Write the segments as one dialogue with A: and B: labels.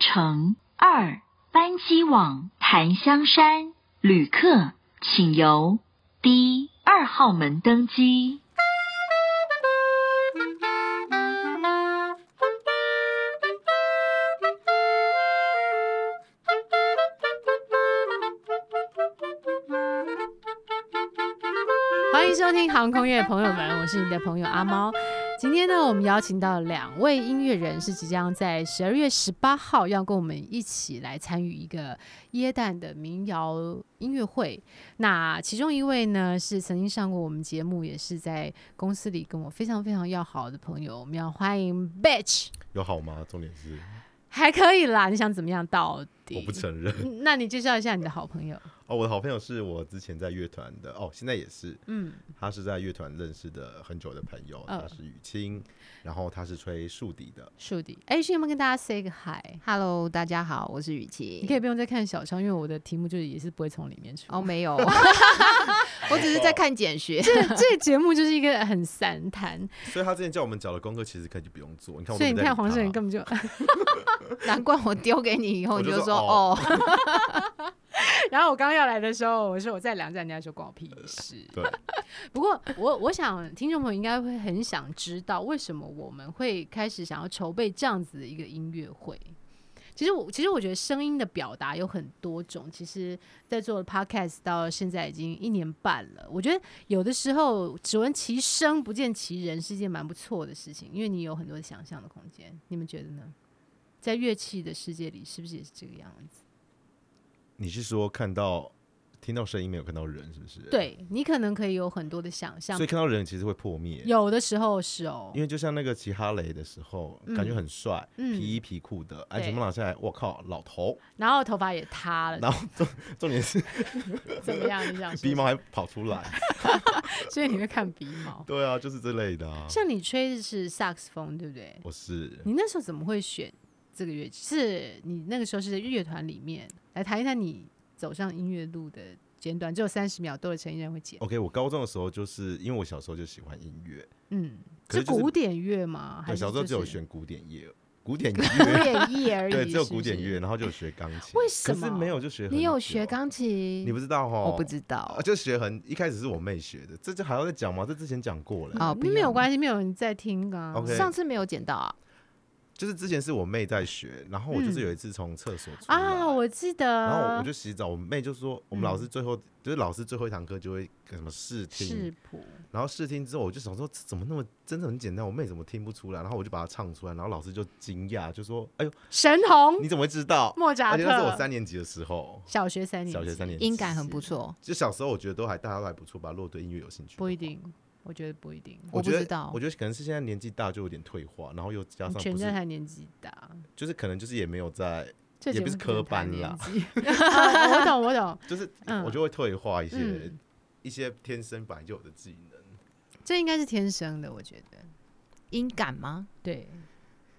A: 乘二班机往檀香山，旅客请由 D 二号门登机。
B: 欢迎收听航空乐朋友们，我是你的朋友阿猫。今天呢，我们邀请到两位音乐人，是即将在十二月十八号要跟我们一起来参与一个耶诞的民谣音乐会。那其中一位呢，是曾经上过我们节目，也是在公司里跟我非常非常要好的朋友。我们要欢迎 Bitch，
C: 有好吗？重点是
B: 还可以啦。你想怎么样到底？
C: 我不承认。
B: 嗯那你介绍一下你的好朋友。
C: 哦，我的好朋友是我之前在乐团的，哦，现在也是，
B: 嗯，
C: 他是在乐团认识的很久的朋友，
B: 嗯
C: 他是雨清，然后他是吹竖笛的。
B: 树敌。哎，是有没有跟大家 say 个 hi？
D: Hello，大家好，我是雨
B: 你可以
D: 琪。
B: 不用再看小窗，因为我的题目就是也是不会从里面出。
D: 哦，没有， 我只是在看简学。
B: 这这个节目就是一个很散谈，
C: 所以他之前叫我们缴的功课其实可以就不用做，你看我
B: 所以
C: 们
B: 你看黄圣依根本就，
D: 难怪我丢给你以后，
C: 我就
D: 你就
C: 说
D: 说
C: 哦
D: 哦，
B: 然后我刚要来的时候，我说我在两站，人家说关我屁事。
C: 对，
B: 不过我我想听众朋友应该会很想知道，为什么我们会开始想要筹备这样子的一个音乐会。其实我其实我觉得声音的表达有很多种，其实在做 podcast 到现在已经一年半了，我觉得有的时候只闻其声不见其人是一件蛮不错的事情，因为你有很多想象的空间，你们觉得呢？在乐器的世界里，是不是也是这个样子？
C: 你是说看到听到声音没有看到人是不是？，
B: 对你可能可以有很多的想象
C: 所以，看到人其实会破灭。
B: 有的时候是哦
C: 因，为就像那个骑哈雷的时候，感觉很帅，
B: 嗯
C: 皮衣皮裤的，安
B: 对
C: 全帽拿下来，我靠，老头。
B: 然后头发也塌了，
C: 然后重重点是
B: 怎么样？你想说
C: 鼻毛还跑出来，
B: 所以你会看鼻毛。
C: 对啊，就是这类的啊。
B: 像你吹的是萨克斯风，对不对？
C: 我是
B: 你那时候怎么会选这个乐器？是你那个时候是在乐团里面来谈一谈你走上音乐路的简短，只有三十秒，多的成年人会剪。
C: OK，我高中的时候就是因为我小时候就喜欢音乐，
B: 嗯，
C: 可是就是
B: 古典乐吗？还
C: 对，
B: 是
C: 小时候只有
B: 就是
C: 选古典乐，古 典
B: 古
C: 乐，
B: 典乐而已。
C: 对，只有
B: 是不
C: 古典
B: 是
C: 乐，。然后就有学钢琴，
B: 为什
C: 可是
B: 么
C: 没有就学，
D: 你有学，钢琴？
C: 你不知道哦，
D: 我不知道
C: 啊，。就学很一开始是我妹学的，这就还要再讲吗？这之前讲过了，
D: 哦，
B: 嗯
D: 不
B: 没有
D: 用
B: 关系，没有人在听啊。
C: OK
D: 上次没有捡到啊。
C: 就是之前是我妹在学，然后我就是
B: 嗯
C: 有一次从厕所出来，
B: 啊，我嗯记得。
C: 然后我就洗澡，我妹就说我们老师最后就是老师最后一堂课就会什么试听
B: 视，谱，
C: 然后试听之后我就想说这怎么那么真的很简单，我妹怎么听不出来？然后我就把它唱出来，然后老师就惊讶，就说哎呦
B: 神童，
C: 你怎么会知道？
B: 莫扎
C: 而且那是我
B: 特，
C: 三年级的时候，
B: 小学三年，
C: 小学三年级，
D: 音感很不错，
C: 就小时候我觉得都还大家都还不错吧。如果对音乐有兴趣，
B: 不一。定，我觉得不一定。
C: 我
D: 我不
C: 觉得
D: 知道
C: 我觉得可能是现在年纪大就有点退化，然后又加上
B: 全
C: 不
B: 真
C: 是，
B: 还年纪大，
C: 就是可能就是也没有在，
B: 这
C: 也
B: 节
C: 不
B: 目
C: 是
B: 真的
C: 科班
B: 太年
C: 啦
B: 纪 啊我懂，我懂，
C: 就是
B: 嗯
C: 我就会退化一些、
B: 嗯
C: 一些天生本来就有的技能。
B: 这应该是天生的，我觉得，
D: 音感吗？
B: 对，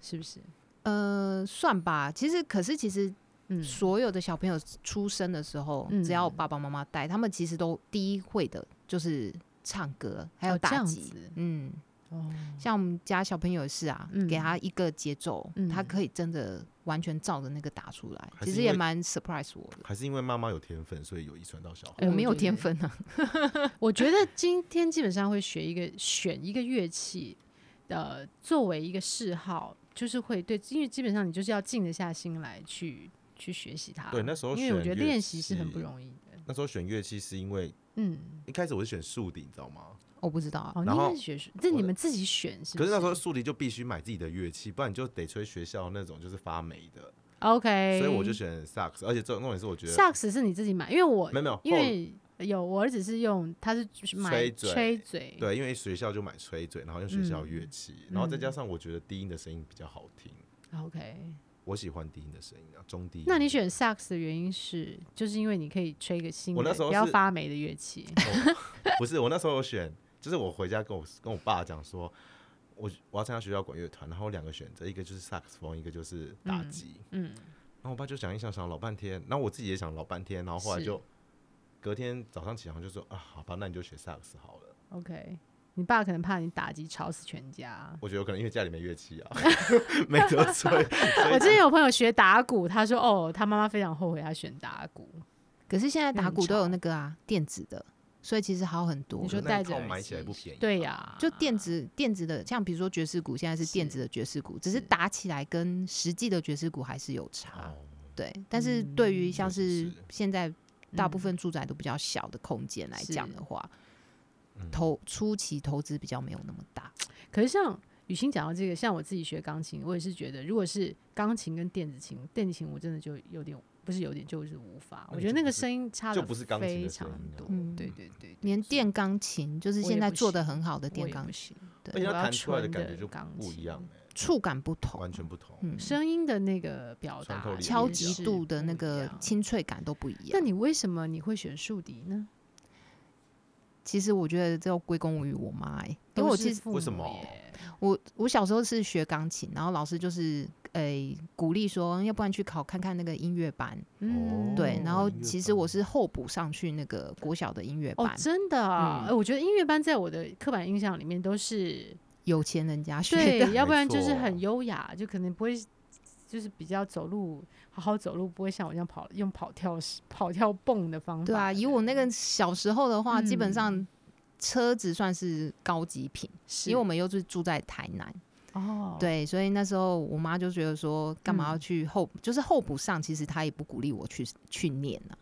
B: 是不是？
D: 呃，算吧。其实，可是其实
B: 嗯，
D: 所有的小朋友出生的时候，
B: 嗯
D: 只要爸爸妈妈带，他们其实都第一会的就是唱歌，还有
B: 哦这
D: 打
B: 样
D: 击
B: 子。
D: 嗯，
B: 哦，
D: 像我们家小朋友也是啊，
B: 嗯
D: 给他一个节奏，
B: 嗯
D: 他可以真的完全照着那个打出来，
C: 还是
D: 其实
C: 因
D: 也
C: 为
D: 蛮 surprise 我的。
C: 还是因为妈妈有天分，所以有遗传到小孩。
B: 哎
D: 我没
B: 我
D: 有
B: 觉得
D: 天分啊，
B: 我觉得今天基本上会学一个选一个乐器，呃，作为一个嗜好，就是会对，因为基本上你就是要静得下心来去去学习它。
C: 对那时候
B: 因为我
C: 选
B: 觉得
C: 乐
B: 练习是很
C: 器
B: 不容易的。
C: 那时候选乐器是因为
B: 嗯，
C: 一开始我是选竖笛，你知道吗？
D: 我不知道啊。
B: 哦，你
C: 然
B: 应该
C: 后
B: 是学术，这
C: 我
B: 你
C: 的
B: 们自己选是不
C: 可
B: 是？
C: 是那时候竖笛就必须买自己的乐器，不然你就得吹学校那种就是发霉的。
B: OK，
C: 所以我就选萨克斯，而且这种重点是我觉得
B: 哎萨克斯是你自己买，因为我
C: 没有没有，
B: 因
C: 后
B: 为有我儿子是用，他是就是买
C: 吹嘴
B: 吹嘴，
C: 对，因为学校就买吹嘴，然后用学校乐器，
B: 嗯
C: 然后再加上我觉得低音的声音比较好听，
B: 啊，OK。
C: 我喜欢低音的声音啊，中低音。
B: 那你选萨克斯的原因是，就是因为你可以吹一个新的，
C: 我那时候
B: 不要
C: 是
B: 发霉的乐器。
C: 哦不是我那时候有选，就是我回家跟我跟我爸讲说，我我要参加学校管乐团，然后有两个选择，一个就是萨克斯风，一个就是打击。
B: 嗯，
C: 然后我爸就想一想，想老半天，然后我自己也想老半天，然后后来
B: 是
C: 就隔天早上起床就说啊，好吧，那你就学萨克斯好了。
B: OK，你爸可能怕你打击吵死全家。
C: 我觉得有可能因为家里没乐器啊， 没得 吹。所以
B: 我之前有朋友学打鼓，他说哦，他妈妈非常后悔他选打鼓。
D: 可是现在打
B: 很
D: 鼓都有
B: 吵
D: 那个啊电子的，所以其实好很多
B: 你。说
C: 那
B: 戴
C: 一
B: 着
C: 套
B: 耳
C: 买起来
B: 机
C: 不便宜啊
B: 对
C: 吧
B: 呀、
D: 就电子电子的，像比如说爵士鼓，现在是电
B: 啊是
D: 子的爵士鼓，只是
B: 是
D: 打起来跟实际的爵士鼓还是有差。
C: 哦，
D: 对，但是对于
B: 嗯
D: 像
C: 确实
D: 是
C: 是
D: 现在大部
B: 嗯
D: 分住宅都比较小的空间来
B: 是
D: 讲的话，
C: 嗯
D: 投初期投资比较没有那么大。
B: 可是像雨欣讲到这个，像我自己学钢琴，我也是觉得，如果是钢琴跟电子琴，电子琴我真的就有点不是有点就是无法，
C: 那
B: 我
C: 你
B: 觉得
C: 就
B: 那
C: 不
B: 个
C: 是
B: 声音差
C: 就
B: 的
C: 不是钢琴
B: 非
C: 的
B: 常
C: 声音啊
B: 多。
D: 嗯
B: 对对对对，
D: 连电钢琴就是
B: 我
D: 现
B: 也
D: 在
B: 不
D: 做的
B: 行
D: 很好的
B: 我
D: 电
B: 也
D: 钢
B: 不
D: 琴，
B: 行，
C: 而且
B: 我
C: 它
B: 要
C: 弹出来的
B: 纯
C: 感
B: 的
C: 觉就
B: 钢
C: 不一
B: 琴
C: 样欸
D: 触感不同，
C: 完全不同。
D: 嗯，
B: 声音的那个表
C: 穿
B: 达
C: 透力
D: 敲
C: 也
D: 击
C: 是
D: 度的那
B: 不一
D: 个
B: 样
D: 清脆感都不一
B: 那
D: 样。
B: 你为什么你会选竖笛呢？
D: 其实我觉得这要归功于我妈、欸，因
B: 都
D: 为我
B: 是
D: 其实
B: 父
C: 为什
B: 母
C: 么
B: 耶
D: 我我小时候是学钢琴，然后老师就是诶、鼓励说，要不然去考看看那个音乐班，
B: 嗯，
D: 对
C: 哦，
D: 然后
C: 音乐
D: 其实我
C: 班
D: 是候补上去那个国小的音乐
B: 哦
D: 班，，
B: 真的啊、
D: 嗯
B: 哎我觉得音乐班在我的刻板印象里面都是
D: 有钱人家学的，
B: 对，要不
C: 没
B: 然就是
C: 错
B: 很优雅，就可能不会，就是比较走路好好走路，不会像我这样跑用跑跳式跑跳蹦的方法。
D: 对啊，以我那个小时候的话，基本
B: 嗯
D: 上车子算是高级品，
B: 是，
D: 因为我们又是住在台南，
B: 哦，，
D: 对，所以那时候我妈就觉得说，干嘛要
B: 嗯
D: 去候，就是候补上，其实她也不鼓励我去去念啊，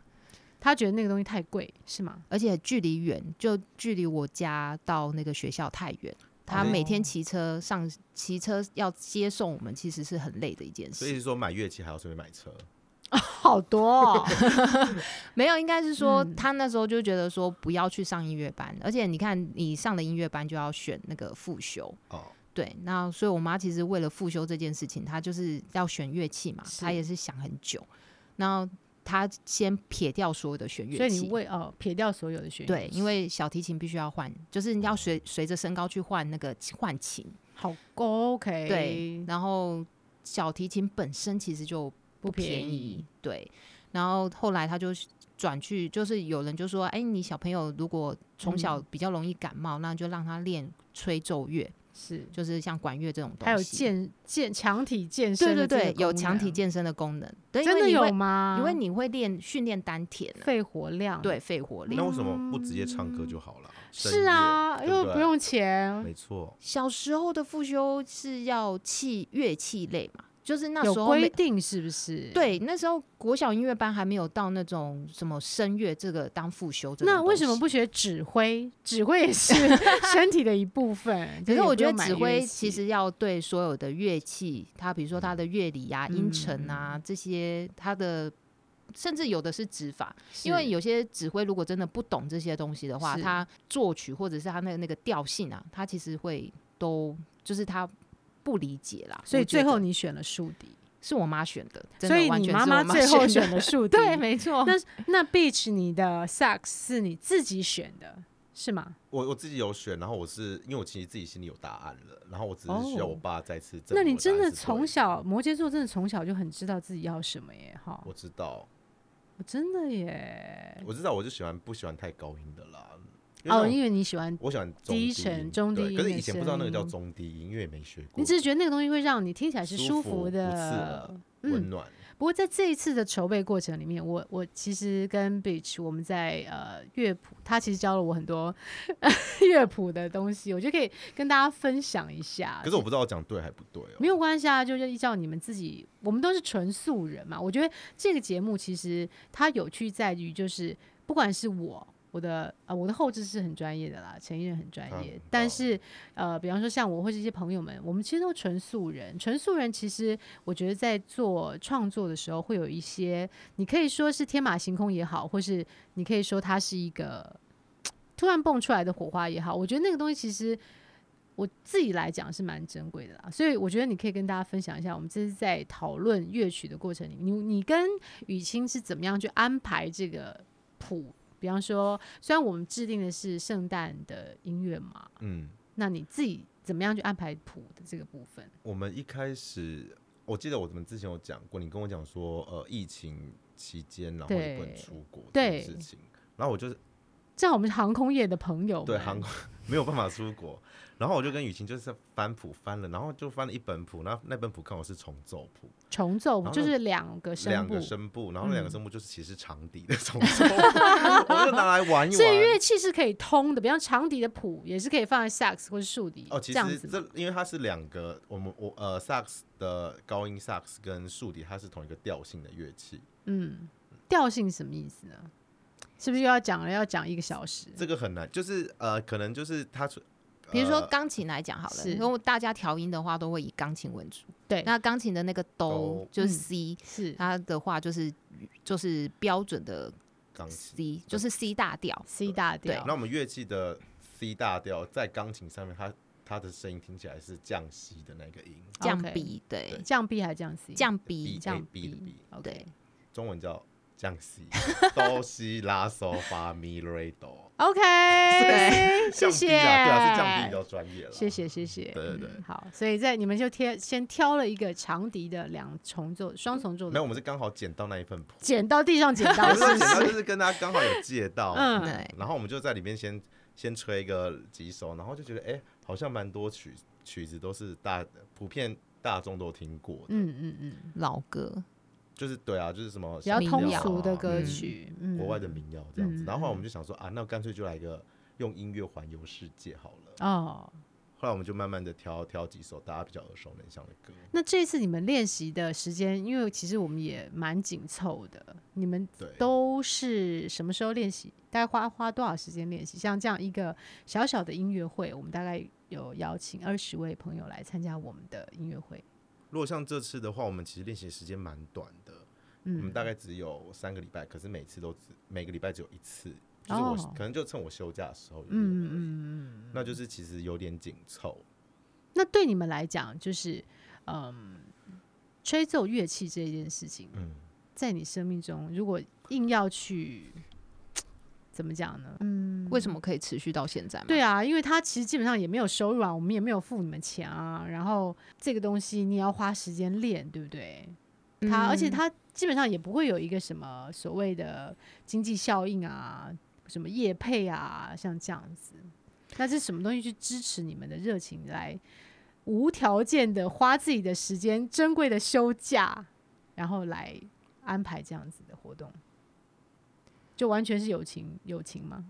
B: 他觉得那个东西太贵，是 吗？
D: 而且距离远，就距离我家到那个学校太远。她每天骑车
B: 哦
D: 上骑车要接送我们，其实是很累的一件
C: 所
D: 事
C: 以。是说买乐器还要顺便买车，
B: 好多、哦，
D: 没有，应该是说、
B: 嗯
D: 他那时候就觉得说不要去上音乐班，而且你看你上了音乐班就要选那个复修，
C: 哦，
D: 对，那所以我妈其实为了复修这件事情，她就是要选乐器嘛，
B: 是
D: 她也是想很久，那她先撇掉所有的选
B: 所
D: 乐
B: 以你
D: 器。
B: 为哦撇掉所有的学
D: 对，因为小提琴必须要换，就是你要
C: 哦
D: 随随着身高去换那个换琴，
B: 好 OK，
D: 对，，然后小提琴本身其实就
B: 不
D: 便
B: 便宜，
D: 对。然后后来他就转去，就是有人就说：“哎，你小朋友如果从小
B: 嗯
D: 比较容易感冒，那就让他练吹奏乐，
B: 是，
D: 就是像管乐这种东西。”
B: 还有健健强体健身
D: 对
B: 的
D: 对
B: 这个功能，
D: 对，有强体健身的功能。对，因
B: 真
D: 为
B: 的
D: 你
B: 有
D: 会，
B: 吗？
D: 因为 你会练训练丹田啊，
B: 肺活量，
D: 对，肺活
C: 那
D: 量。
C: 为什么不直接唱歌就好了？声
B: 是啊，
C: 乐
B: 因为不，用钱
C: 对对，没错，
D: 小时候的复修是要器乐器类嘛，就是那
B: 有
D: 时候没
B: 规定是不是？。
D: 对，那时候国小音乐班还没有到那种什么声乐这个当复修这种
B: 那为什么
D: 东西？
B: 不学指挥？指挥也是 身体的一部分。就是
D: 可
B: 也
D: 我
B: 不
D: 觉
B: 用
D: 得
B: 买
D: 指
B: 乐
D: 挥
B: 器
D: 其实要对所有的乐器，它比如说它的乐理啊、音程
B: 嗯
D: 啊这些，它的甚至有的是指法，因为
B: 是
D: 有些指挥如果真的不懂这些东西的话，
B: 是
D: 他作曲或者是他那个那个调性啊，他其实会都就是他不理解啦。
B: 所以
D: 我觉
B: 最后
D: 得
B: 你选了竖笛，
D: 是我妈选的，真
B: 所
D: 的
B: 以
D: 完
B: 你
D: 全
B: 妈
D: 是
B: 妈
D: 我
B: 最后
D: 选
B: 选的 竖笛。
D: 对，没错。
B: 那那 Beach 你的 sax 是你自己选的，是吗？
C: 我我自己有选，然后我是因为我其实自己心里有答案了，然后我只是需要
B: 哦
C: 我爸再次证
B: 那你
C: 明我答
B: 真
C: 案
B: 的
C: 是对
B: 从小摩羯座真的从小就很知道自己要什么耶，哈，
C: 我知道，
B: 我真的耶。
C: 我知道，我就喜欢不喜欢太高音的啦。因为那
B: 哦，
C: 种
B: 因为你喜欢，
C: 我喜欢中
B: 低
C: 低
B: 沉
C: 音
B: 中低
C: 对
B: 音
C: 可是
B: 的
C: 以前不知道那个叫
B: 声音
C: 中低音，因为没学过。
B: 你只是觉得那个东西会让你听起来是
C: 舒服
B: 服
C: 不刺
B: 的
C: 耳，
B: 嗯
C: 温，暖，
B: 不过在这一次的筹备过程里面，我我其实跟 Beach 我们在呃乐谱，他其实教了我很多 乐谱的东西，我就可以跟大家分享一下。
C: 可是我不知道我讲对还不对哦。
B: 没有关系啊，就是依照你们自己，我们都是纯素人嘛。我觉得这个节目其实它有趣在于，就是不管是我。我的啊、呃我的后置是很专业的啦，陈艺人很专
C: 嗯
B: 业
C: 很，
B: 但
C: 棒
B: 是呃，比方说像我或者一些朋友们，我们其实都纯素人。纯素人其实我觉得在做创作的时候，会有一些你可以说是天马行空也好，或是你可以说它是一个突然蹦出来的火花也好，我觉得那个东西其实我自己来讲是蛮珍贵的啦。所以我觉得你可以跟大家分享一下，我们这次在讨论乐曲的过程里，你你跟雨清是怎么样去安排这个谱？比方说，虽然我们制定的是圣诞的音乐嘛，
C: 嗯，
B: 那你自己怎么样去安排谱的这个部分？
C: 我们一开始，我记得我们之前有讲过，你跟我讲说，呃，疫情期间，然后也不能
B: 对
C: 出国这
B: 对
C: 件事情，然后我就是
B: 这样我们航空业的朋友
C: 对
B: 们
C: 航空 没有办法出国。然后我就跟雨晴就是翻谱翻了，然后就翻了一本谱，那那本谱刚好是重奏谱，
B: 重奏
C: 然后
B: 就是两个声
C: 两
B: 部
C: 个，声部，然后那两个
B: 嗯
C: 声部就是其实长笛的重奏谱， 我就拿来玩一
B: 所以
C: 玩。
B: 乐器是可以通的，比方长笛的谱也是可以放在萨克斯或是竖笛
C: 哦，
B: 这
C: 其
B: 样
C: 实
B: 子嘛。
C: 这因为它是两个，我们我呃萨克斯的高音萨克斯跟竖笛它是同一个调性的乐器，
B: 嗯，调性什么意思呢？是不是又要讲了？要讲一个小时？
C: 这个很难，就是呃可能就是它出，
D: 比如说
C: 呃
D: 钢琴来讲好了，
B: 是
D: 如果大家调音的话，都会以钢琴为主。
B: 对，
D: 那钢琴的那个哆
C: 哆
D: 就是
B: 嗯
D: C，、
B: 是
C: 呃
D: 它的话就是就是标准的
C: 钢琴。
D: C，就是 C 大调。
B: C 大
D: 对
B: 调
C: 那。我们乐器的 C 大调在钢琴上面，它它的声音听起来是降 C 的那个音
D: 降
B: OK
D: B，对
C: 对，
B: 降 B 还是降 C？
D: 降
C: ，B
D: B，
B: 降
C: A B 的 B，
B: OK
D: 对。
C: 中文叫降 C，哆 西拉嗦发咪瑞哆，
B: OK，谢
C: 降 B
B: 谢，
C: 啦，对 啊，是降 B 比较专业了，
B: 谢谢谢谢，
C: 啊对对对
B: 嗯好，所以在你们就贴先挑了一个长笛的两重奏、双重奏
C: 没有，
B: 的，
C: 我们是刚好捡到那一份谱，
B: 捡到地上捡到
C: 我
B: 是
C: 们
B: 不
C: 捡到
B: 是？
C: 就是跟他刚好有借到，
B: 嗯
D: 对
C: 然后我们就在里面先先吹个几首，然后就觉得哎、好像蛮多曲曲子都是大普遍大众都听过的，
B: 嗯嗯嗯，
D: 老歌，
C: 就是对啊，就是什么
B: 比较
D: 民
B: 通
D: 谣
B: 俗的
C: 啊
B: 歌
D: 嗯
B: 曲，嗯，
C: 国外的民谣这样
B: 嗯
C: 子。然后后来我们就想说啊，那干脆就来一个用音乐环游世界好了。
B: 哦。
C: 后来我们就慢慢的挑挑几首大家比较耳熟能详的歌。
B: 那这次你们练习的时间，因为其实我们也蛮紧凑的，你们
C: 对，
B: 都是什么时候练习？大概花花多少时间练习？像这样一个小小的音乐会，我们大概有邀请二十位朋友来参加我们的音乐会。
C: 如果像这次的话，我们其实练习时间蛮短的，我
B: 嗯
C: 们，大概只有三个礼拜，可是每次都只每个礼拜只有一次，就是我、
B: 哦
C: 可能就趁我休假的时候有练而已，
B: 嗯嗯嗯嗯。
C: 那就是其实有点紧凑。
B: 那对你们来讲，就是嗯，吹奏乐器这件事情，
C: 嗯，
B: 在你生命中，如果硬要去怎么讲呢？嗯，
D: 为什么可以持续到现在嘛？
B: 对啊，因为他其实基本上也没有收入啊，我们也没有付你们钱啊。然后这个东西你也要花时间练，对不对？
D: 嗯，
B: 他、而且他基本上也不会有一个什么所谓的经济效应啊，什么业配啊，像这样子。那是什么东西去支持你们的热情来无条件的花自己的时间、珍贵的休假，然后来安排这样子的活动？就完全是友情，友情吗？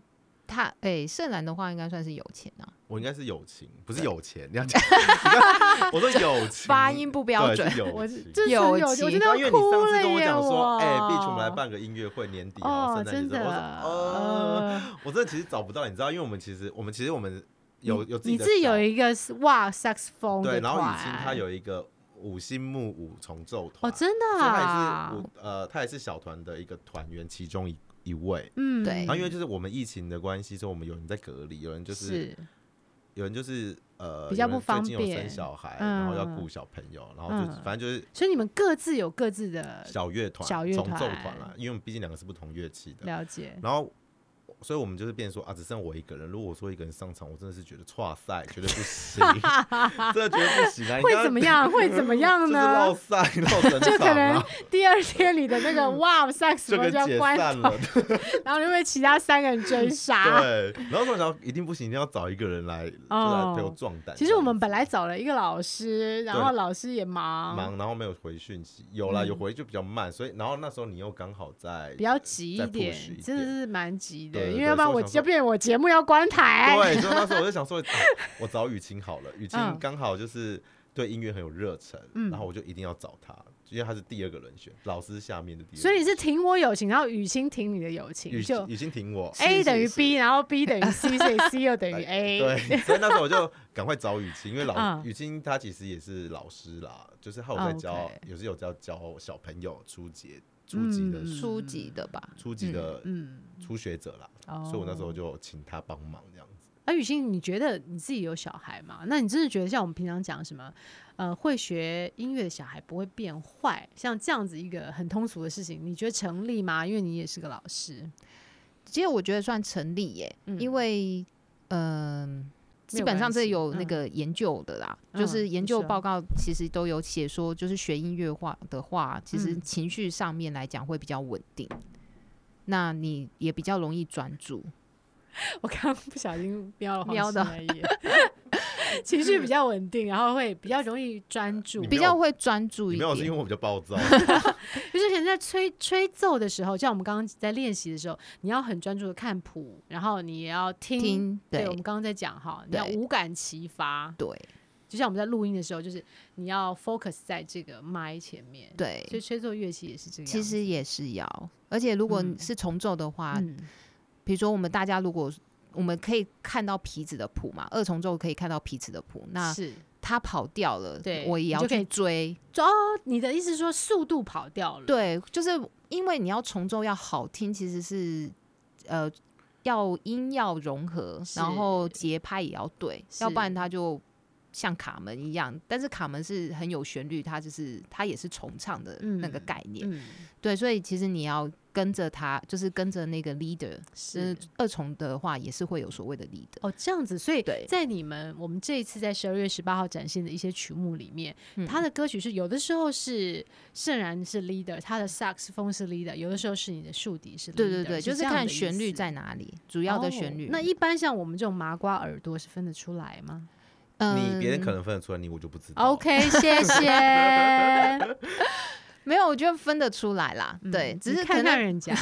D: 他哎，盛兰的话应该算是有钱啊，
C: 我应该是友情，不是有钱，你要讲，你看我说友 情，
D: 发音不标准
C: 对，是友
B: 我
C: 情
B: 这是
D: 友
B: 很有情，我
D: 情
B: 真的
C: 对
B: 要
C: 啊因为你
B: 哭
C: 上次
B: 了
C: 跟我
B: 耶！
C: 讲说，哎，碧池，我们来
B: 我
C: 办个音乐会，年底然后
B: 哦，
C: 圣诞
B: 真
C: 节
B: 的
C: 的时候，我说，呃，
B: 呃
C: 我真的其实找不到，你知道，因为我们其实我们其实我们有有自己
B: 你
C: 的
B: 自己
C: 小
B: 有一个是哇萨克斯风
C: 对，
B: 的
C: 然后雨欣
B: 团
C: 她有一个五星木五重奏团，
B: 哦，真的、
C: 所以她
B: 啊
C: 也，是我呃，她也是小团的一个团员其中一一位。
B: 嗯，
D: 对
C: 然后因为就是我们疫情的关系，所以我们有人在隔离，有人就是
B: 是
C: 有人就是呃
B: 比较
C: 有人
B: 不方
C: 最近有
B: 便
C: 生小孩，
B: 嗯
C: 然后要顾小朋友，然后就
B: 嗯
C: 反正就是
B: 所以你们各自有各自的
C: 小乐团、
B: 小乐
C: 重奏
B: 团
C: 团啦，因为我们毕竟两个是不同乐器的，
B: 了解，
C: 然后，所以我们就是变成说啊，只剩我一个人。如果我说一个人上场，我真的是觉得哇塞，绝对不行， 真的绝对不行啊！你
B: 会
C: 刚
B: 怎么？样？会怎么样
C: 就是
B: 呢
C: 落？赛落整
B: 就可
C: 场
B: 能
C: 啊， 嗯
B: 第二天你的那个哇萨克斯
C: 就
B: 风
C: 跟
B: 就要
C: 解
B: 关
C: 散
B: 掉
C: 了，。
B: 然后就被其他三个人追杀。
C: 对，然后突然想，一定不行，一定要找一个人来，就
B: 哦
C: 来陪我壮胆。
B: 其实我们本来找了一个老师，然
C: 对
B: 后老师也忙，
C: 忙，然后没有回讯息，有啦，
B: 嗯
C: 有回就比较慢，所以然后那时候你又刚好在
B: 比较急
C: 再
B: 一
C: push
B: 点，
C: 一
B: 真的
C: 点
B: 是蛮急的，
C: 对对
B: 因为
C: 对
B: 要不然
C: 所以
B: 我
C: 我想
B: 就
C: 说
B: 变我节目要关台。
C: 对，所以那时候我就想说，啊我找雨晴 好了，雨晴
B: 嗯
C: 刚好就是对音乐很有热忱，
B: 嗯
C: 然后我就一定要找她，因为她是第二个人选，老师下面的第二个人选。
B: 所以你是挺我友情，然后雨欣挺你的友情，
C: 雨
B: 就
C: 晴雨晴挺我
B: A
C: 是
B: 等于
C: 是
B: B，然后 B 等于 C，所以 C 又等于
C: 哎
B: A。
C: 对， 所以那时候我就赶快找雨晴，因为老
B: 嗯哦
C: 雨晴她其实也是老师啦，就是她有在教
B: OK，
C: 也是有在教小朋友初级初级的
B: 嗯
D: 初级的吧？
C: 初级的
B: 嗯，
C: 初学者啦，
B: 哦
C: 所以我那时候就请她帮忙这样子。
B: 啊，雨欣，你觉得你自己有小孩吗？那你真的觉得像我们平常讲什么，呃，会学音乐的小孩不会变坏，像这样子一个很通俗的事情，你觉得成立吗？因为你也是个老师，
D: 其实我觉得算成立耶，
B: 嗯
D: 因为嗯、基本上这有那个研究的啦，
B: 嗯
D: 就是研究
B: 你说
D: 报告其实都有写说，就是学音乐化的话，其实
B: 嗯
D: 情绪上面来讲会比较稳定，那你也比较容易专注。
B: 我刚刚不小心瞄了黄
D: 瞄
B: 心
D: 到
B: 而 已，情绪比较稳定，然后会比较容易专注
C: 你。没
D: 比
C: 有
D: 较会专注
C: 你
D: 一
C: 没有是因
D: 点。
C: 为我比较暴 躁，
B: 就是可能在吹吹奏的时候，像我们刚刚在练习的时候，你要很专注的看谱，然后你也要听。
D: 听
B: 对，
D: 对
B: 我们刚刚在讲哈，你要
D: 对
B: 五感齐发。
D: 对
B: 就像我们在录音的时候，就是你要 focus 在这个麦前面。，所以
D: 对，
B: 吹奏乐器也是这样。
D: 其，实啊也是要，而且如果
B: 嗯
D: 是重奏的话，
B: 嗯，
D: 比如说我们大家如果我们可以看到皮子的谱嘛，二重奏可以看到皮子的谱，那
B: 是
D: 它跑掉了，
B: 对
D: 我也
B: 你
D: 要
B: 就可以
D: 去追。
B: 哦，你的意思是说速度跑掉了？，
D: 对，就是因为你要重奏要好听，其实是呃要音要融合，然后节拍也要对，要不然
B: 是
D: 它就像卡门一样。但是卡门是很有旋律，它就是它也是重唱的那个
B: 嗯
D: 概念。
B: 嗯，
D: 对，所以其实你要跟着它，就是跟着那个 leader。就是
B: 是
D: 二重的话，也是会有所谓的 leader。
B: 哦，这样子，所以
D: 对
B: 在你们我们这一次在十二月十八号展现的一些曲目里面，
D: 嗯
B: 他的歌曲是有的时候是圣然是 leader，他的萨克斯风是 leader，有的时候是你的竖笛是 leader，
D: 对对对，就是
B: 这样
D: 看
B: 的意
D: 旋律
B: 思
D: 在哪里，主要的旋
B: 哦
D: 律。
B: 那一般像我们这种麻瓜耳朵是分得出来吗
C: 你别人可
D: 嗯
C: 能分得出来，你我就不知道。
B: ？OK，谢谢。
D: 没有，我觉得分得出来啦。对，
B: 嗯
D: 只
B: 你
D: 是可
B: 看看
D: 能，
B: 人家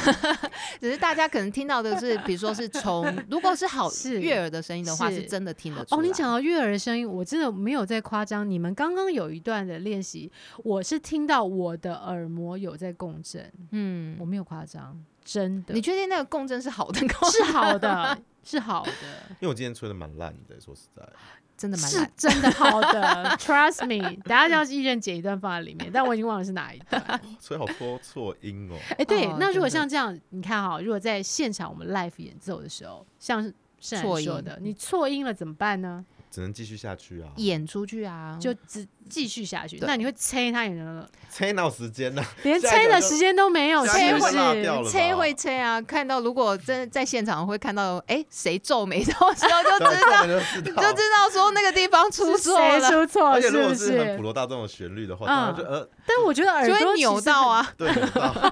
D: 只是大家可能听到的是，比如说 是从，如果是好
B: 是
D: 悦耳的声音的话，
B: 是
D: 是真的听得出来。
B: 哦。你讲到悦耳的声音，我真的没有在夸张。你们刚刚有一段的练习，我是听到我的耳膜有在共振，我
D: 嗯，
B: 没有夸张，真的。
D: 你确定那个共振是好的共
B: 是好的，是好的，
C: 因为我今天吹的蛮烂的，说实在，
D: 真的蛮
B: 是
D: 难。
B: 真的好的 ，Trust me。大家要一人剪一段放在里面，但我已经忘了是哪一段。
C: 吹好多错音哦。
B: 哎、对，
D: 哦
B: 那如果
D: 真
B: 像
D: 的
B: 这样，你看哈，如果在现场我们 live 演奏的时候，像是盛然
D: 错
B: 说
D: 音
B: 的，你错音了哦怎么办呢？
C: 只能继续下去啊！
D: 演出去啊，
B: 就只继续下去。
D: 对
B: 那你会催他演的，
C: 吹哪有时间呢、
B: 连
C: 下一
B: 催
C: 个
B: 的
C: 就
B: 时间都没有，
C: 下
D: 一
B: 是
D: 个
B: 不
C: 就落掉
B: 是？
C: 了吧
D: 吹会吹啊，看到如果真的在现场会看到，哎，谁皱眉的时 候就
C: 对，
D: 知
C: 根
D: 道，
C: 本就知
D: 就知道说那个地方出
B: 是
D: 错
B: 谁
D: 了，
B: 出错
C: 而且
B: 是
C: 如果
B: 不
C: 是很
B: 是？
C: 普罗大众的旋律的话，
B: 嗯
C: 当然就呃，
B: 但我觉得耳
D: 就
B: 朵其
D: 会
B: 实
D: 扭到啊，
C: 对，知 道
B: 很，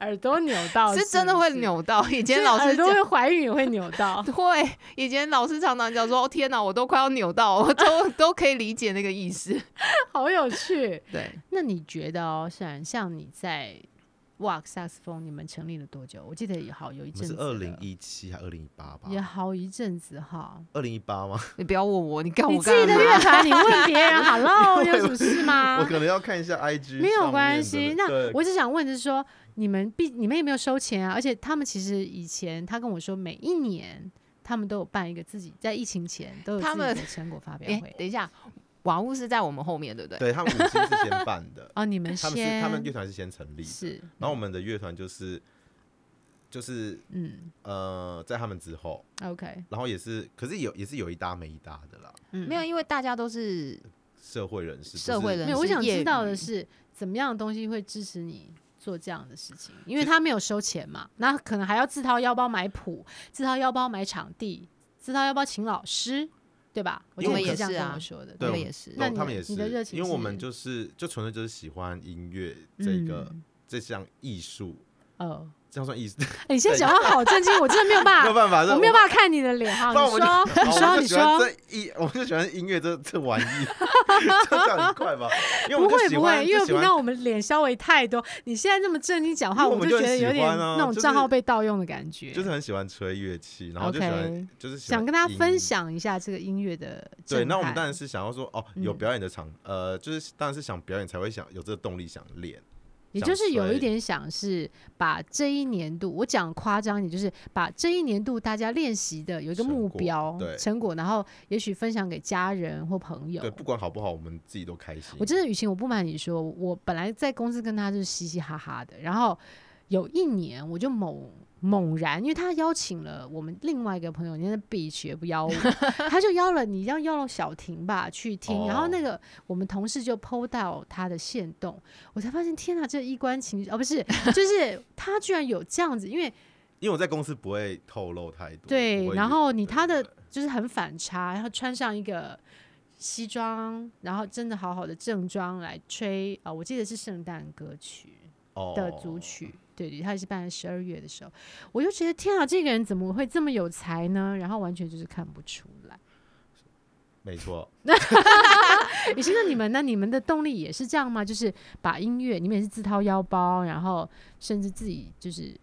B: 耳朵扭到
D: 是真的会
B: 不哦是。
D: 扭到。以
B: 所
D: 前
B: 以
D: 老
B: 耳
D: 师
B: 朵
D: 讲。
B: 会怀孕也会扭 到，
D: 会，以前老师常常讲说：“哦天哪，我都快要扭到， 我都都可以理解那个意思。
B: 好有趣。”
D: 对，
B: 那你觉得哦，沈然像你在 Walk Saxophone 你们成立了多久？我记得也好有一
C: 我
B: 阵
C: 们
B: 子
C: 是
B: 了，
C: 二零一七还二零一八吧？
B: 也好一阵子哈。
C: 二零一八吗？
D: 你不要问我，你干
B: 你
D: 我
B: 自己
D: 干
B: 的
D: 嘛？
B: 乐团，你问别 人 “hello”
C: 因为
B: 有什么事
C: 我
B: 吗？
C: 可能要看一下 IG，
B: 啊没有
C: 上面
B: 关
C: 的
B: 系。
C: 对
B: 那我只想问的是说，你们毕你们也没有收钱啊，而且他们其实以前他跟我说，每一年他们都有办一个自己在疫情前都有
D: 他
B: 自己
D: 们
B: 的成果发表
D: 哎、
B: 会。，
D: 等一下，瓦屋是在我们后面，对不对？
C: 对他们五星是先办的
B: 哦，你们
C: 他们是
B: 先
C: 他们乐团是先成立的，
B: 是
C: 然后我们的乐团就是就是
B: 嗯
C: 呃，在他们之后，
B: OK
C: 然后也是，可是有也是有一搭没一搭的啦，
B: 嗯
D: 没有，因为大家都是
C: 社会人士，不
D: 社会
C: 是
D: 人
B: 没有，
D: 士
B: 我想
D: 业
B: 知道的
D: 余
B: 是，怎么样的东西会支持你做这样的事情？因为他没有收钱嘛，那可能还要自掏腰包买谱，自掏腰包买场地，自掏腰包请老师，对吧？我
C: 因
B: 觉
C: 为
B: 得
C: 我
B: 你
C: 们
B: 这样
D: 也是
B: 跟
D: 啊
B: 我说的，
D: 我
C: 对
D: 们
C: 我
D: 也是。
B: 那
C: 都
B: 你
C: 他
B: 的
C: 们也是，
B: 你的热情
C: 因为我
B: 是
C: 们就是就纯粹就是喜欢音乐这个、
B: 嗯
C: 这项艺术，
B: 哦，
C: 这样算艺术，
B: 哎你现在讲话好震惊，我真的没有办
C: 没有
B: 法，
C: 办法，这
B: 我没有办法看你的 脸哈。
C: 不然
B: 哦你
C: 我
B: 说，你说，你
C: 们就好我们就喜
B: 说，
C: 欢这一，我们就喜欢音乐这这 玩意，就这样很快吧？因为我
B: 不
C: 们就
B: 会
C: 喜
B: 不
C: 欢，
B: 会，因为
C: 就喜
B: 平
C: 欢
B: 常我们脸稍微太多，你现在这么震惊讲话，
C: 因为我
B: 们
C: 们
B: 就
C: 就
B: 觉得
C: 很喜
B: 有点
C: 欢啊
B: 那种
C: 就是
B: 账号被盗用的感觉，
C: 就是很喜欢吹乐器，然后就喜
B: OK
C: 欢就是喜欢
B: 想跟大家
C: 音
B: 分。享一下这个音乐的震
C: 对，
B: 撼。
C: 那我们当然是想要说哦，有
B: 嗯
C: 表演的场，呃，就是当然是想表演才会想有这个动力想练，
B: 也
C: 想
B: 就是有一
C: 吹
B: 点想是把这一年度，我讲夸张一点，就是把这一年度大家练习的有一个
C: 成
B: 目
C: 果
B: 标
C: 对
B: 成果，然后也许分享给家人或朋友
C: 对，。不管好不好，我们自己都开心。
B: 我真的，雨晴，我不瞒你说，我本来在公司跟他就是嘻嘻哈哈的，然后有一年我就猛猛然，因为他邀请了我们另外一个朋友，人家 Beach 也不邀 我，他就邀了你，要邀了小婷吧去听，然后
C: 哦
B: 那个我们同事就 PO 到他的线动，我才发现天哪，这衣冠情哦不是，就是他居然有这样子，因为
C: 因为我在公司不会透露太多。
B: 对
C: 不，会
B: 然
C: 越
B: 后你
C: 对
B: 他的
C: 对
B: 就是很反差，然后穿上一个西装，然后真的好好的正装来吹啊、呃我记得是圣诞歌曲
C: 哦
B: 的组曲，对，他也是办在十二月的时候，我就觉得天啊，这个人怎么会这么有才呢？然后完全就是看不出来。
C: 没错，
B: 也是那你们呢？你们的动力也是这样吗？就是把音乐，你们也是自掏腰包，然后甚至自己就是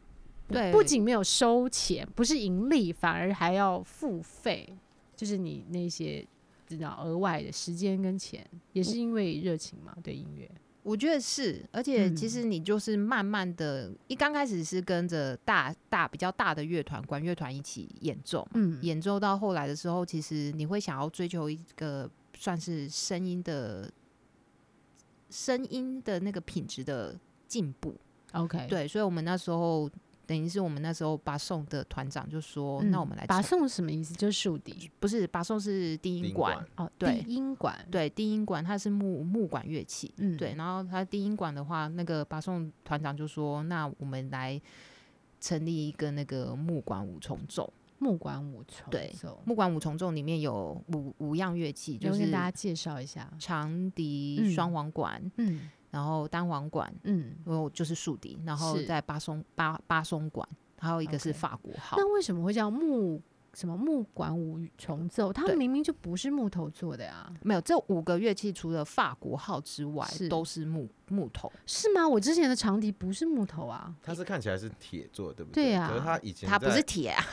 B: 不
D: 对
B: 不仅没有收钱，不是盈利，反而还要付费，就是你那些知道额外的时间跟钱，也是因为热情嘛，对音乐。
D: 我觉得是，而且其
B: 嗯
D: 实你就是慢慢的，一刚开始是跟着大大比较大的乐团、管乐团一起演奏，
B: 嗯，
D: 演奏到后来的时候，其实你会想要追求一个算是声音的声音的那个品质的进步。
B: OK，，
D: 对，所以我们那时候等于是我们那时候巴送的团长就说，
B: 嗯
D: 那我们来
B: 把
D: 唱
B: 送是什么意思？就是竖笛
D: 不是巴送是低
C: 宾
D: 音管，
C: 馆
B: 哦，
D: 对
B: 低音管，
D: 对，低音管它是木木管乐器，
B: 嗯，
D: 对，，然后他低音管的话，那个巴颂团长就说：“那我们来成立一个那个木管五重奏。
B: 木管五重
D: 对
B: 奏，
D: 木管五重奏里面有五五样乐器，
B: 就
D: 就是是
B: 跟大家介绍一 下。
D: 长
B: 嗯
D: 笛、双簧管，
B: 嗯
D: 然后单簧管，
B: 嗯，
D: 然后就是竖笛，然后
B: 是
D: 再巴松巴巴松管，还有一个是
B: OK
D: 法国号。
B: 那为什么会叫木什么木管五重奏？它
D: 对
B: 明明就不是木头做的呀、
D: 没有，这五个乐器除了法国号之外，
B: 是
D: 都是木木头。
B: 是吗？我之前的长笛不是木头啊，
C: 它是看起来是铁做，对不
B: 对
C: 呀，
B: 啊
C: 可是它以前
D: 它不
C: 在
D: 是铁啊，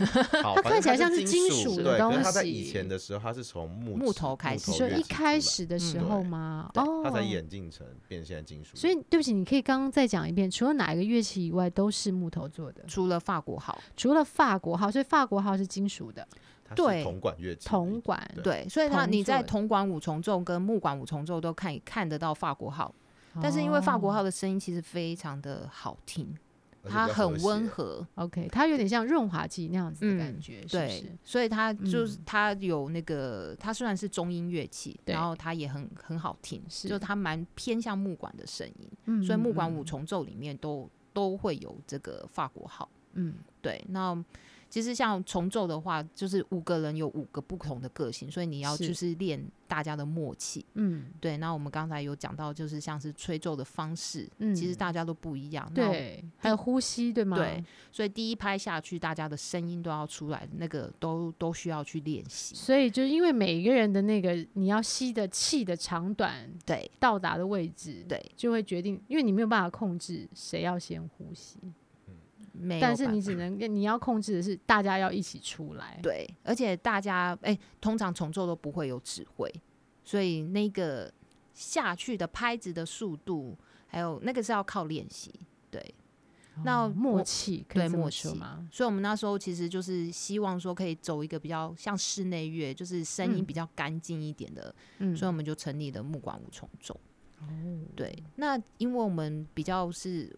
C: 好
B: 它
C: 反正
B: 看起来像
C: 是
B: 是金
C: 属
B: 属
C: 对，
B: 的
C: 可
B: 东
C: 是它在
B: 西
C: 以前的时候，它是从木
D: 木
C: 质
D: 头开始
B: 你
C: 木
B: 说
C: 头
B: 一
C: 乐器
B: 开
C: 出来
B: 始的时
D: 嗯
B: 候吗？
D: 对
B: 哦，
C: 它才。演进成变现在金属，
B: 所以对不起，你可以刚刚再讲一遍，除了哪一个乐器以外都是木头做的，
D: 除了法国号。
B: 除了法国号，所以法国号是金属的
C: 它
D: 对
C: 是铜管乐器，
B: 铜管。
D: 对，所以它
B: 同
D: 你在
B: 座的
D: 铜管五重奏跟木管五重奏都看看得到法国号，但是因为法国
B: 哦
D: 号的声音其实非常的好听，
C: 而且比较
D: 它很温
C: 谐
D: 和，
B: 哦，OK，它有点像润滑剂那样子的感
D: 嗯
B: 觉，是不
D: 对
B: 是？，
D: 所以它就是
B: 嗯
D: 它有那个，它虽然是中音乐器，
B: 对
D: 然后它也很很好听，
B: 是
D: 就它蛮偏向木管的声音，
B: 嗯
D: 所以木管
B: 嗯
D: 五重奏里面都都会有这个法国号。
B: 嗯，
D: 对，那其实像重奏的话，就是五个人有五个不同的个性，所以你要
B: 是
D: 就是练大家的默契。
B: 嗯
D: 对，那我们刚才有讲到，就是像是吹奏的方式，
B: 嗯，
D: 其实大家都不一样。
B: 嗯，对，还有呼吸，对吗？
D: 对，所以第一拍下去，大家的声音都要出来，那个都都需要去练习。
B: 所以就是因为每一个人的那个你要吸的气的长短
D: 对
B: 到达的位置，
D: 对，
B: 就会决定，因为你没有办法控制谁要先呼吸，
D: 没有
B: 但是
D: 办
B: 你
D: 法
B: 只能你要控制的是大家要一起出来，
D: 对，而且大家哎、通常重奏都不会有指挥，所以那个下去的拍子的速度，还有那个是要靠练习。对，
B: 哦，
D: 那
B: 默
D: 我
B: 契可以
D: 对
B: 这么
D: 默
B: 说
D: 契
B: 吗？
D: 所以我们那时候其实就是希望说可以走一个比较像室内乐，就是声音
B: 嗯
D: 比较干净一点的，
B: 嗯
D: 所以我们就成立了木管五重奏。
B: 哦
D: 对，那因为我们比较是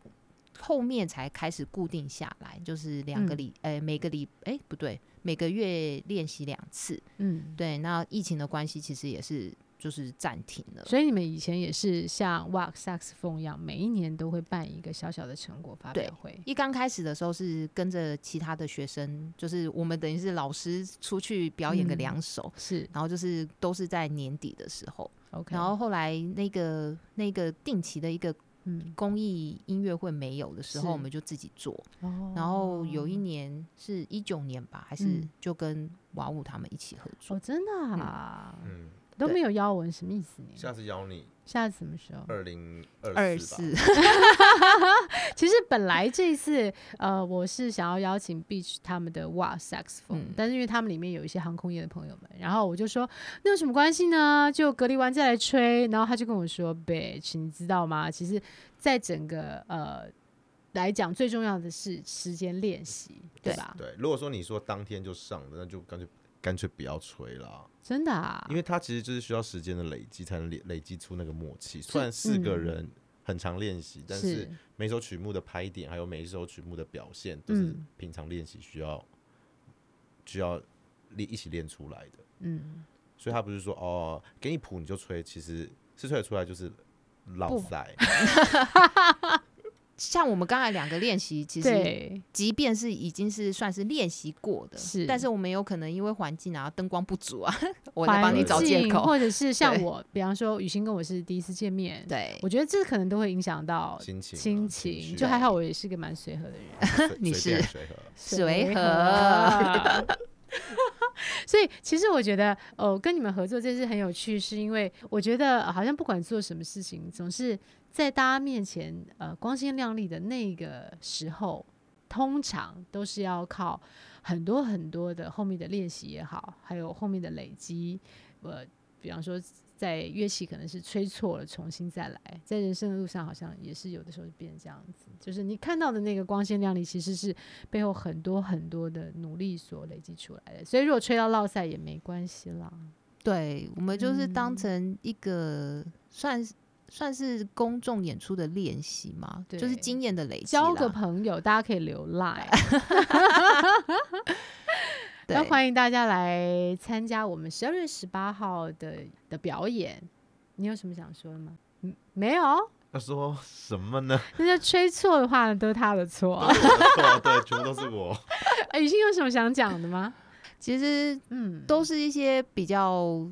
D: 后面才开始固定下来，就是两个
B: 嗯
D: 礼，呃、每个礼，哎、不对，每个月练习两次。
B: 嗯，
D: 对，那疫情的关系，其实也是就是暂停了。
B: 所以你们以前也是像 Wax Saxophone 一样，每一年都会办一个小小的成果发
D: 对
B: 表会，
D: 一刚开始的时候是跟着其他的学生，就是我们等于是老师出去表演个
B: 嗯
D: 两首，
B: 是
D: 然后就是都是在年底的时候，
B: OK，
D: 然后后来那个那个定期的一个
B: 嗯，
D: 公益音乐会没有的
B: 是
D: 时候，我们就自己做，然
B: 然
D: 后有
B: 哦
D: 一年是一九年吧，还是
B: 嗯
D: 就跟瓦武他们一起合作。
B: 哦，真的啊，
C: 嗯，
B: 都
D: 对
B: 没有腰纹，什么意思呢？
C: 下次邀你
B: 下次什么时候？
C: 二零
D: 二
C: 四
D: 四，
B: 其实本来这一次，呃，我是想要邀请 Beach 他们的 Wa Saxophone，、
D: 嗯
B: 但是因为他们里面有一些航空业的朋友们，然后我就说那有什么关系呢？就隔离完再来吹。然后他就跟我说，Beach，你知道吗？其实，在整个呃来讲，最重要的是时间练习，对
D: 对
B: 吧？
C: 对，如果说你说当天就上的，那就干脆干脆不要吹啦，
B: 真的啊，
C: 因为它其实就是需要时间的累积才能累累积出那个默契。虽然四个
B: 嗯
C: 人很常练习，但是每首曲目的拍点还有每一首曲目的表现，都是
B: 嗯
C: 平常练习需要需要练一起练出来的。
B: 嗯，
C: 所以他不是说哦，给你谱你就吹，其实是吹得出来就是老
D: 不
C: 塞。
D: 像我们刚才两个练习，其实
B: 对，
D: 即便是已经是算是练习过的，
B: 是
D: 但是我们有可能因为环境啊、灯光不足啊， 我来
B: 环
D: 帮你找借
B: 境
D: 口。
B: 或者是像
D: 对
B: 我，比方说雨欣跟我是第一次见面，
D: 对
B: 我，觉得这可能都会影响到
C: 心情啊
B: 亲
C: 情
B: 情，
C: 绪
B: 就
C: 啊
B: 还好，我也是个蛮随和的人，
C: 随
D: 你
C: 随便
D: 是
C: 随和
D: 随和，
B: 和 所以其实我觉得，哦，跟你们合作这次很有趣，是因为我觉得、呃好像不管做什么事情，总是在大家面前呃光鲜亮丽的那个时候，通常都是要靠很多很多的后面的练习也好，还有后面的累积，呃，比方说。在乐器可能是吹错了，重新再来。在人生的路上，好像也是有的时候变这样子，就是你看到的那个光鲜亮丽，其实是背后很多很多的努力所累积出来的。所以如果吹到落赛也没关系啦。
D: 对，我们就是当
B: 嗯
D: 成一个算是算是公众演出的练习嘛，就是
B: 对
D: 经验的累积
B: 交个
D: 啦
B: 朋友，大家可以 留赖，
D: 对
B: 那欢迎大家来参加我们十二月十八号的的表演。你有什么想说的吗？嗯，没有。
C: 他说什么 呢？
B: 那就吹错的话呢，都是他的错。
C: 都是我的错，对，全部都是我。
B: 哎雨欣有什么想讲的吗？
D: 其实
B: 嗯，
D: 都是一些比较，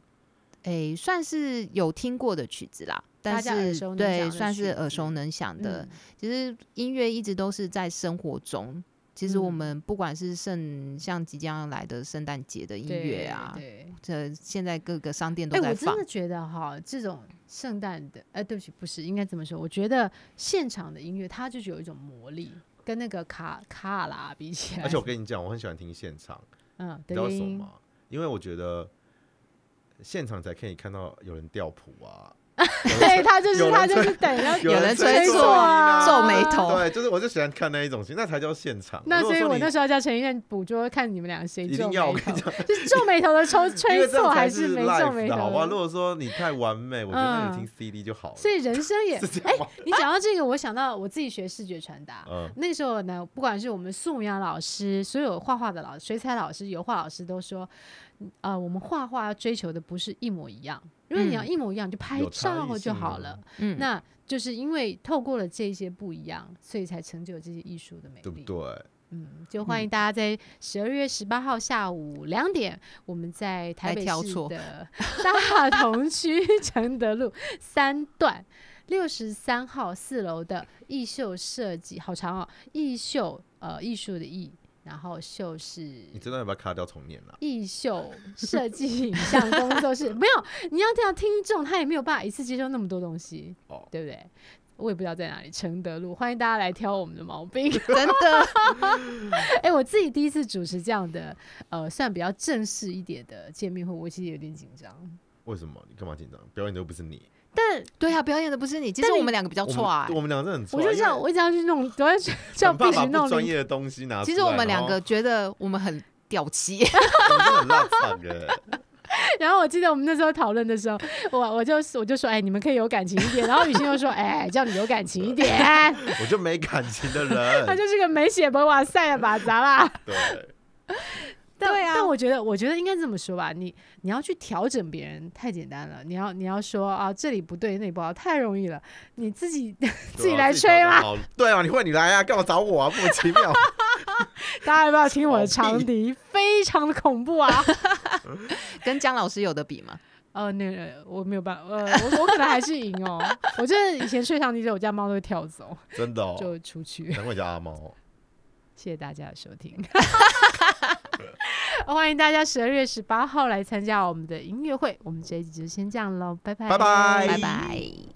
D: 诶、算是有听过的曲子啦，
B: 大
D: 但
B: 家耳
D: 是
B: 熟能详
D: 对，
B: 的
D: 算
B: 曲
D: 是耳
B: 子
D: 熟能详的。
B: 嗯
D: 其实音乐一直都是在生活中。其实我
B: 嗯
D: 们不管是圣像即将要来的圣诞节的音乐啊
B: 对，对
D: 这现在各个商店都
B: 哎、
D: 在
B: 我
D: 放
B: 真的。觉得哈，这种圣诞的，哎、对不起，不是应该这么说。我觉得现场的音乐，它就是有一种魔力，跟那个卡卡拉比起来，
C: 而且我跟你讲，我很喜欢听现场，
B: 嗯，对
C: 你知道为什么吗？因为我觉得现场才可以看到有人调谱啊，
B: 对他就是
C: 有
B: 他
C: 人
B: 就
C: 吹
B: 是等要
D: 有人吹
B: 吹
D: 错
B: 错啊，
D: 皱眉头
C: 对，就是我就喜欢看那一种戏，那才叫现场。
B: 那
C: 如果
B: 所以，
C: 说
B: 我
C: 你
B: 那时候叫陈医院捕捉，看你们俩谁
C: 一
B: 皱
C: 定
B: 眉
C: 要
B: 头，
C: 我跟你
B: 就是皱眉头的抽
C: 因
B: 吹
C: 为这
B: 错
C: 样
B: 还
C: 才
B: 是没皱
C: live
B: 眉
C: 的
B: 头
C: 好不好？
B: 的
C: 如果说你太完美，我觉得
B: 嗯
C: 你听 CD 就好了。
B: 所以人生 也，
C: 是这
B: 哎、
C: 样吗
B: 你讲到这个，我想到我自己学视觉传达，
C: 嗯，
B: 那时候呢，不管是我们素描老师、所有画画的老水彩老师、油画老师都说，嗯呃，我们画画要追求的不是一模一样，因为你要
D: 嗯
B: 一模一样，就拍
C: 有差异
B: 照就
C: 性
B: 好
C: 啊
B: 了。
D: 嗯，
B: 那就是因为透过了这些不一样，所以才成就这些艺术的美丽。
C: 对不对？
B: 嗯，就欢迎
D: 嗯
B: 大家在十二月十八号下午两点，我们在台
D: 来
B: 北
D: 挑
B: 市
D: 错
B: 的大同区承德路三段六十三号四楼的艺秀设计，好长哦，艺秀呃艺术的艺，然后秀是
C: 你这段要不要卡掉重念啦？啊
B: 艺秀设计影像工作室， 没有，你要这样听众他也没有办法一次接收那么多东西，
C: 哦，
B: 对不对？我也不知道在哪里，承德路，欢迎大家来挑我们的毛病。
D: 真的
B: 哎、我自己第一次主持这样的，呃，算比较正式一点的见面会，我其实有点紧张。
C: 为什么？你干嘛紧张？表演的又不是你，
B: 但
D: 对啊，表演的不是你，其实
B: 但
D: 我
B: 你
D: 们两个比较
C: 我们
D: 错啊、
C: 我们两个是很挫
B: 我
C: 啊，
B: 就知道，
C: 因为
B: 我一直要去弄，我 要去就要
C: 很
B: 必
C: 爸
B: 须
C: 爸
B: 弄
C: 不专业的东西拿出来。
D: 其实我们两个
C: 然后
D: 觉得我们很屌漆，
C: 我们真的很烂惨的，
B: 然后我记得我们那时候讨论的时候，我我就我就说，哎、你们可以有感情一点。然后雨欣又说，哎、叫你有感情一 点。
C: 我就没感情的
B: 他
C: 人。
B: 就是个没血本瓦塞的把砸啦。
C: 对，
B: 但
D: 对啊
B: 但我觉得，我觉得应该这么说吧，你你要去调整别人太简单了，你要你要说啊这里不对那里不好，太容易了，你自己 自
C: 啊
B: 己来吹
C: 啦
B: 啦。。
C: 好对啊，你会你来啊，干嘛找我啊？莫名 其妙。
B: 大家要不要听我的
C: 逃
B: 长
C: 避
B: 笛？非常的恐怖 啊！
D: 跟姜老师有的比吗？
B: 哦，那个我没有办法，呃，我我可能还是赢 哦。我真的以前睡上地之后，我家猫都会跳走，
C: 真的哦，
B: 就出去。
C: 难怪你叫阿猫。 哦
B: 谢谢大家的收听， 欢迎大家十二月十八号来参加我们的音乐会。我们这一集就先这样喽，拜拜，
C: 拜拜
D: 拜拜。